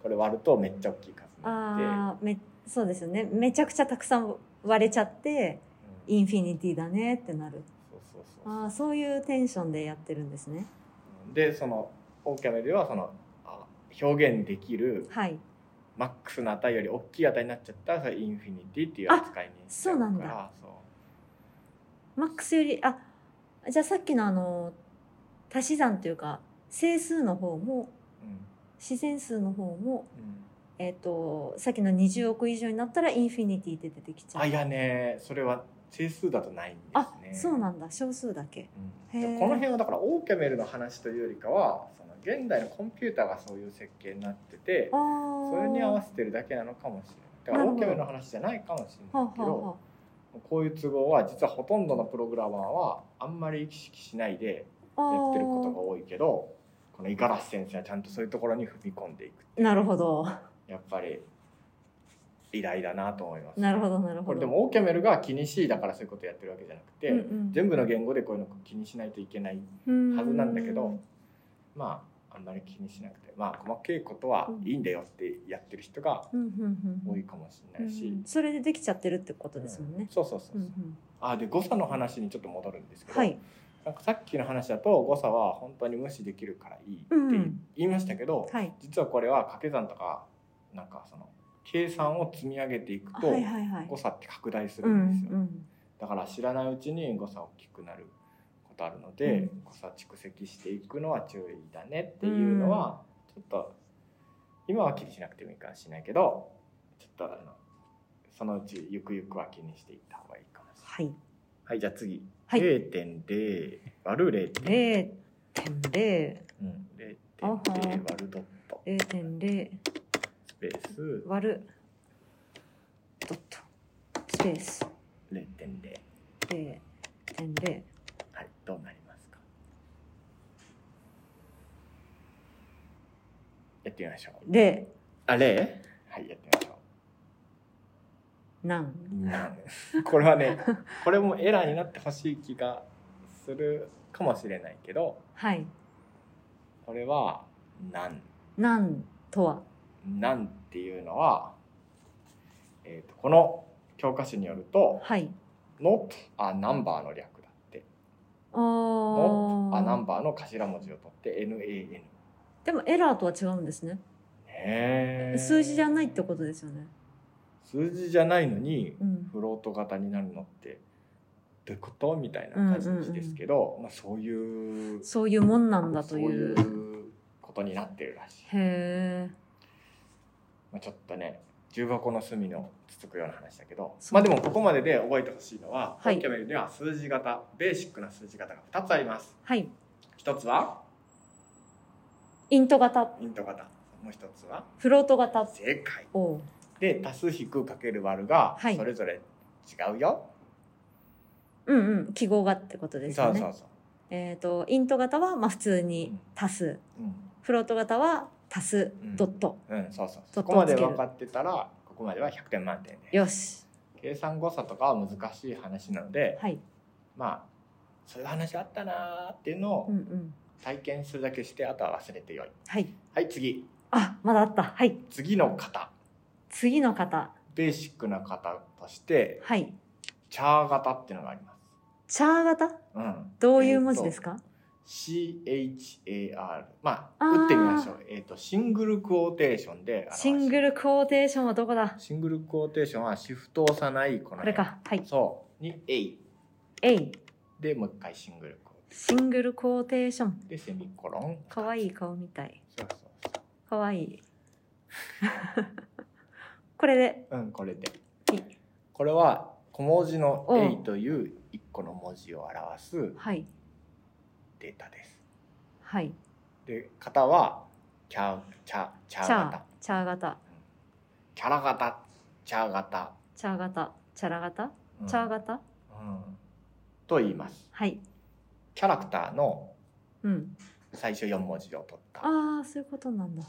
A: これ割るとめっちゃ大きい数になって
B: あーめそうですよねめちゃくちゃたくさん割れちゃって
A: うん
B: インフィニティだねってなる
A: そうそうそうそう
B: あーそういうテンションでやってるんですね
A: でそのオーキャメルではそのあ表現できる
B: はい
A: マックスの値より大きい値になっちゃったらそれインフィニティっていう扱いにしちゃ
B: あそうなん
A: か
B: だ
A: らそう
B: マックスよりあじゃあさっきのあの足し算というか整数の方も
A: うん
B: 自然数の方も、
A: うん
B: えっとさっきの20億以上になったらインフィニティって出てきちゃう
A: あいやねそれは整数だとないん
B: あ
A: ですね
B: そうなんだ少数だけ
A: うん
B: へー
A: でこの辺はだからオーキャメルの話というよりかはその現代のコンピューターがそういう設計になってて
B: あ
A: それに合わ
B: せ
A: せてるだけなのかもしれないだか
B: な
A: ら
B: る
A: オ
B: ほ
A: ー
B: ど
A: キャメルの話じゃないかもしれ
B: は
A: な
B: あはい
A: け
B: あ
A: ど
B: は
A: こういう都合は実はほとんどのプログラマーはあんまり意識しないで
B: あ
A: や
B: あ
A: ってることが
B: ー
A: 多いけどこの五十嵐先生はちゃんとそういうところに踏み込んでいく
B: なるほど
A: やっぱり偉大だなと思います、
B: なるほどなるほど
A: これでもオーキャメルが気にしいだからそういうことやってるわけじゃなくて、
B: うんうん
A: 全部の言語でこういうの気にしないといけないはずなんだけど、まああんまり気にしなくてまあ細けいことはいいんだよってやってる人が
B: うんうんうんうん
A: 多いかもしれないし、
B: うんそれでできちゃってるってことですもんね、
A: そうそうそうそう
B: う、んうん
A: あで誤差の話にちょっと戻るんですけど、
B: はい
A: なんかさっきの話だと誤差は本当に無視できるからいいって
B: うんう
A: 言
B: ん
A: いましたけど、
B: はい
A: 実はこれは掛け算とかなんかその計算を積み上げていくと
B: はいはいはい
A: 誤差って拡大す
B: う
A: るんです
B: ん
A: よ、
B: うん
A: だから知らないうちに誤差大きくなることあるので、
B: うん
A: 誤差蓄積していくのは注意だねっていうのはちょっと今は気にしなくてもいいかもしれないけどちょっとあのそのうちゆくゆくは気にしていった方がいいかもしれない。
B: はい
A: はいじゃあ次
B: はい
A: 0.0割る0.0
B: 0.0
A: うん0.0
B: あはー
A: 割るドット
B: 0.0
A: スペース
B: 割るドットスペース
A: 0.0
B: 0.0
A: はいどうなりますかやってみましょう
B: で
A: あれはいやってみましょ
B: 何
A: うなんこれはねこれもエラーになってほしい気がするかもしれないけど
B: はい
A: これはなん
B: 何とは
A: なんっていうのは、えー、とこの教科書によると
B: はい
A: ノ o あナンバーの略だって
B: あー
A: Not a number の頭文字を取って NAN ね
B: でもエラーとは違うんですね
A: え
B: 数字じゃないってことですよね
A: 数字じゃないのに
B: うん
A: フロート型になるのってどういうことみたいな感じですけど、まあ、そういう
B: そういうもんなんだ
A: そ
B: と
A: う
B: い
A: いううことになってるらしい、
B: へえ
A: まあ、ちょっとね重箱の隅のつつくような話だけど
B: そう
A: まあでもここまでで覚えてほしいのは、
B: はい
A: 本キャメルには数字型ベーシックな数字型が2つあります
B: はい
A: 一つは
B: イント型
A: イント型もう一つは
B: フロート型
A: 正解
B: おう
A: で足す引くかける割るが
B: はい
A: それぞれ違うよ、
B: うんうん記号がってことです
A: そ
B: よ
A: う
B: ね
A: そうそう、
B: えっ、とイント型はまあ普通に足す、
A: うん
B: フロート型は足す
A: うん
B: ドット、
A: うん、そうそう
B: ちょ
A: そ
B: っと
A: こまで分かってたらここまでは100点満点で
B: よし。
A: 計算誤差とかは難しい話なので、
B: はい。
A: まあそういう話あったなーっていうの
B: う
A: を
B: んうん。
A: 体験するだけしてあとは忘れてよい
B: はい。
A: はい次
B: あ、まだあった。はい。
A: 次の方
B: 次の方。
A: ベーシックな方として
B: はい。
A: チャー型っていうのがあります
B: チャー型
A: うん
B: どういう文字ですか、
A: CHAR まあ
B: あー
A: 打ってみましょうえっ、とシングルクォーテーションで表す
B: シングルクォーテーションはどこだ
A: シングルクォーテーションはシフトを押さないこの
B: これ
A: 辺
B: か。はい。
A: そうに A
B: A。
A: でもう一回シングルクォー
B: シングルクォーテーション。
A: でセミコロン
B: かわいい顔みたい。
A: そうそう
B: かわいい。 これで。
A: そううんこれで
B: い
A: これは小文字の
B: うん
A: A という一個の文字を表す
B: はい。
A: データです
B: はい。
A: で型はキャチャチャ
B: チャー
A: 型。
B: チャー型。
A: キャラ型チャー型、
B: チャー型。チャラ型。
A: うん
B: チャー型。
A: うん、と言います
B: はい。
A: キャラクターの
B: うん。
A: 最初4文字を取った
B: ああ、そういうことなんだ。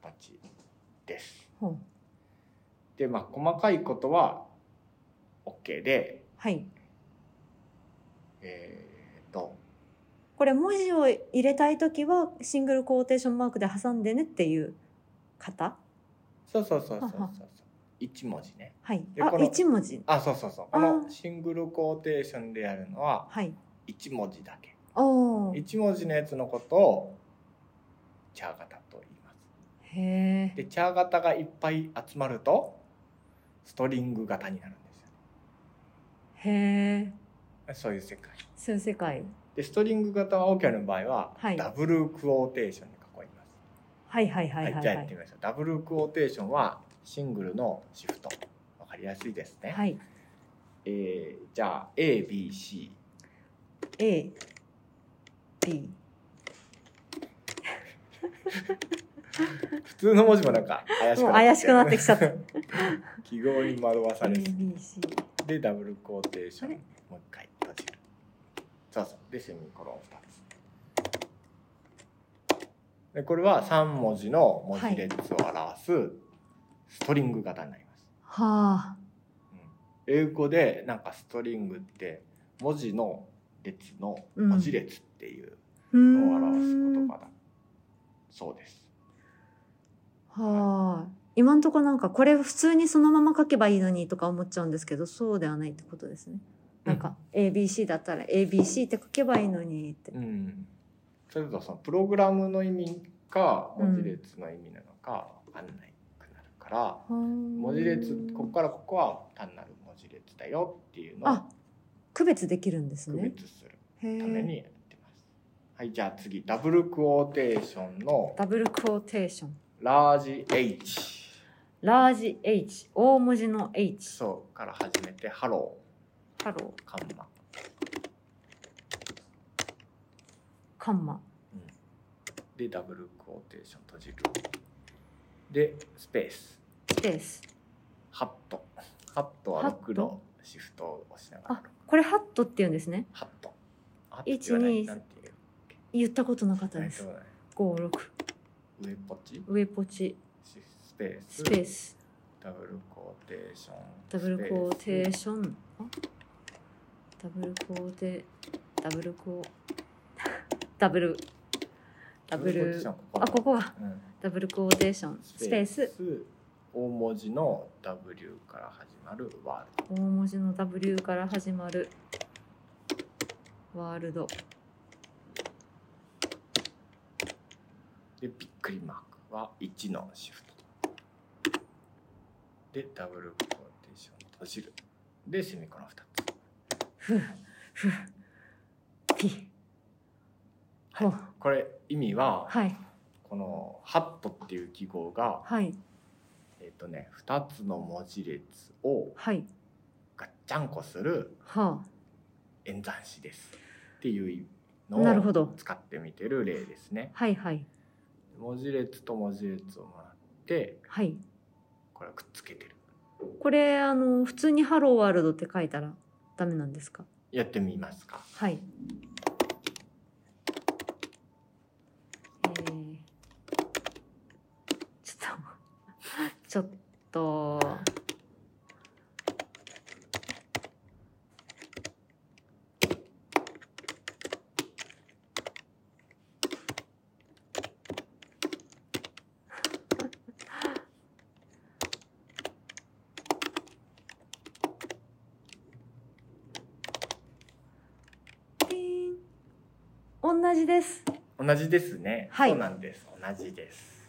A: 形です。
B: ほう。
A: でまあ細かいことは OK で
B: はい。
A: えー、っと
B: これ文字を入れたいときはシングルコーテーションマークで挟んでねっていう方
A: そうそうそうそうそう
B: はは
A: そう1文字ね
B: はい。
A: で
B: あ、
A: この
B: 一文字。
A: あそうそうそうこの
B: あ
A: シングルコーテーションでやるのは
B: はい。
A: 1文字だけ
B: おお。へ
A: 1文字のやつのことをチャー型と言います
B: え。
A: でチャー型がいっぱい集まるとストリング型になるんですよ
B: へえ。
A: ねそういう世界
B: そういう世界。
A: でストリング型は OK の場合は、
B: はい
A: ダブルクォーテーションに囲います
B: はいはいは
A: はいい、
B: はい
A: じゃ
B: は
A: あやって
B: い。
A: みましょう。ダブルクォーテーションはシングルのシフト。わかりやすいですね。
B: はい。
A: えーじゃあ A B C
B: A B
A: 普通の文字もなんか怪しく。
B: もう 怪しくなってきちゃった
A: 記号に惑わさ
B: A
A: れる。
B: B C
A: でダブルクォーテーション
B: あれ
A: もう一回閉じる。そうそう。でセミコロン二つ。でこれは三文字の文字列を表すストリング型になります。
B: はあ。
A: うん英語でなんかストリングって文字の列の
B: うん
A: 文字列っていう
B: うー
A: のを表す言
B: ん。
A: 葉だ、そうです
B: はあ。今んとこなんかこれ普通にそのまま書けばいいのにとか思っちゃうんですけど、そうではないってことですね。なんか A B C だったら A B C って書けばいいのにって。
A: うんそれとそのプログラムの意味か文字列の意味なのか分かんないくなるから、
B: 文
A: 文字列ここからここは単なる文字列だよっていうのを
B: あ区別できるんです
A: 区
B: ね
A: 別する
B: へ
A: ために
B: ー
A: やってます、はいじゃあ次ダブルクォーテーションの
B: ダブルクォーテーション
A: ラージ H
B: ラージ H 大文字の H
A: そうから始めてハロー
B: ハロー
A: カンマ
B: カンマ
A: でダブルクォーテーション閉じるでスペース
B: スペース
A: ハットハット
B: ハ
A: は
B: ット
A: 6のシフトを押しながら
B: あこれハットって言うんですね
A: ハットハットって言わ
B: 一
A: ない
B: 二
A: なんていう
B: 言ったことなかった
A: なん
B: で
A: て
B: す
A: 言わない
B: 56
A: 上ポチ
B: 上ポチ
A: シスペース
B: スペース
A: ダブルクォーテーション
B: ダブルクォーテー
A: シ
B: ションあダブルクォーテダブルクォーダブルダブルあここが
A: うん
B: ダブルクォーテーションスペース
A: 大文字の W から始まるワールド
B: 大文字の W から始まるワールド
A: でびっくりマークは1のシフトでダブルコーテーション閉じるでセミコロン2つ
B: ふうふうピほう
A: これ意味は
B: はい
A: この「ハット」っていう記号が
B: はい
A: えっ、とね2つの文字列を
B: はい
A: ガッチャンコする
B: は
A: 演算子ですっていう
B: なる
A: の
B: ほ
A: を
B: ど
A: 使ってみてる例ですね
B: あ。はいはい
A: 文字列と文字列をもらって
B: はい
A: これをくっつけてる
B: これあの普通に「ハローワールド」って書いたらダメなんですか
A: やってみますか
B: はいえー、ちょっとちょっとピーン同じです
A: 同じですね、
B: はい
A: そうなんです同じです、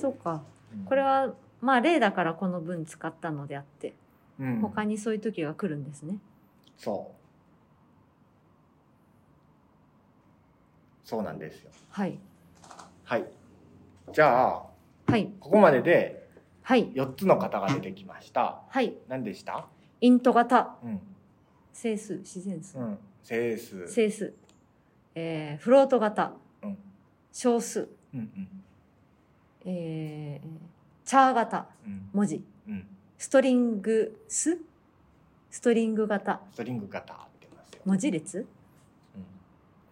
B: そうか
A: うん
B: これ、はまあ例だからこの分使ったのであって
A: うん、
B: 他にそういう時が来るんですね。
A: そうそうなんですよ
B: はい
A: はいじゃあ
B: はい
A: ここまでで
B: はい
A: 4つの型が出てきました
B: はい
A: 何でした
B: イント型
A: うん、
B: 整数自然数
A: うん、整数
B: 整数、えー、フロート型
A: うん
B: 小数、
A: うんうん
B: えー、チャー型
A: うん
B: 文字
A: うん
B: ストリングスストリング型
A: ストリング型って言いますよ、
B: 文字列
A: うん、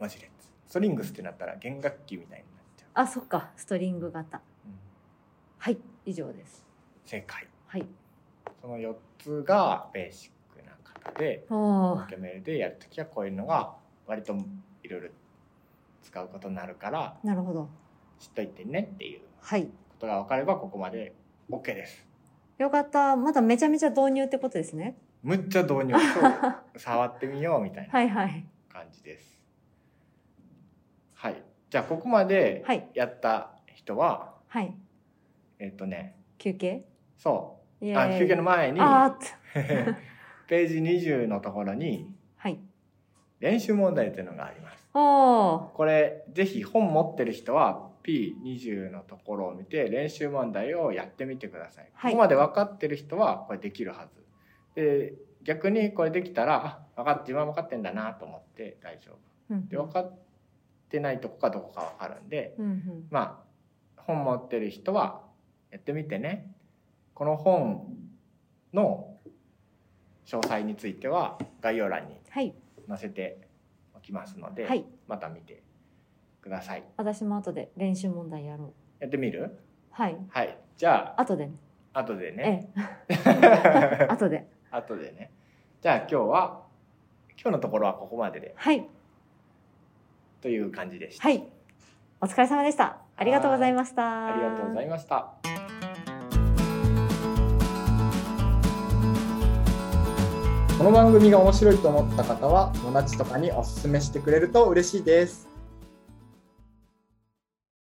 A: 文字列ストリングスってなったら弦楽器みたいになっちゃ
B: あそっかストリング型
A: う、うん、
B: はい以上です。
A: 正解
B: はい
A: その4つがベーシックな型で
B: お
A: ポ
B: ー
A: ケメルでやるときはこういうのが割といろいろ使うことになるから
B: なるほど
A: 知っといてねっていう
B: はい
A: ことが分かればここまで OK です
B: よかったまだめちゃめちゃ導入ってことですね。
A: むっちゃ導入そ う触ってみようみたいな
B: はいはい
A: 感じですはいじゃあここまで
B: はい
A: やった人は、
B: はい
A: えっとね
B: 休憩
A: そ
B: イ
A: う
B: エ
A: あ
B: ーイ
A: 休憩の前に
B: あーっと
A: ページ20のところに
B: はい
A: 練習問題というのがあります
B: おお
A: これぜひ本持ってる人は P20 のところを見て練習問題をやってみてください、
B: はい
A: ここまで分かってる人はこれできるはずで逆にこれできたらあ分かって今分かってんだなと思って大丈夫
B: うん
A: で分かってないとこかどこか分かるんで
B: うんうん
A: まあ本持ってる人はやってみてねこの本の詳細については概要欄に
B: はい
A: 載せておきますので、
B: はい
A: また見てください。
B: 私も後で練習問題やろう
A: やってみる
B: はい
A: はい。じゃ
B: 後でね
A: あ、後でね。
B: ええ後で
A: 後でね。じゃあ今日は、今日のところはここまでで、
B: はい
A: という感じでした。
B: はいお疲れ様でしたありがとうございました
A: ありがとうございました。
C: この番組が面白いと思った方は友達とかにお勧めしてくれると嬉しいです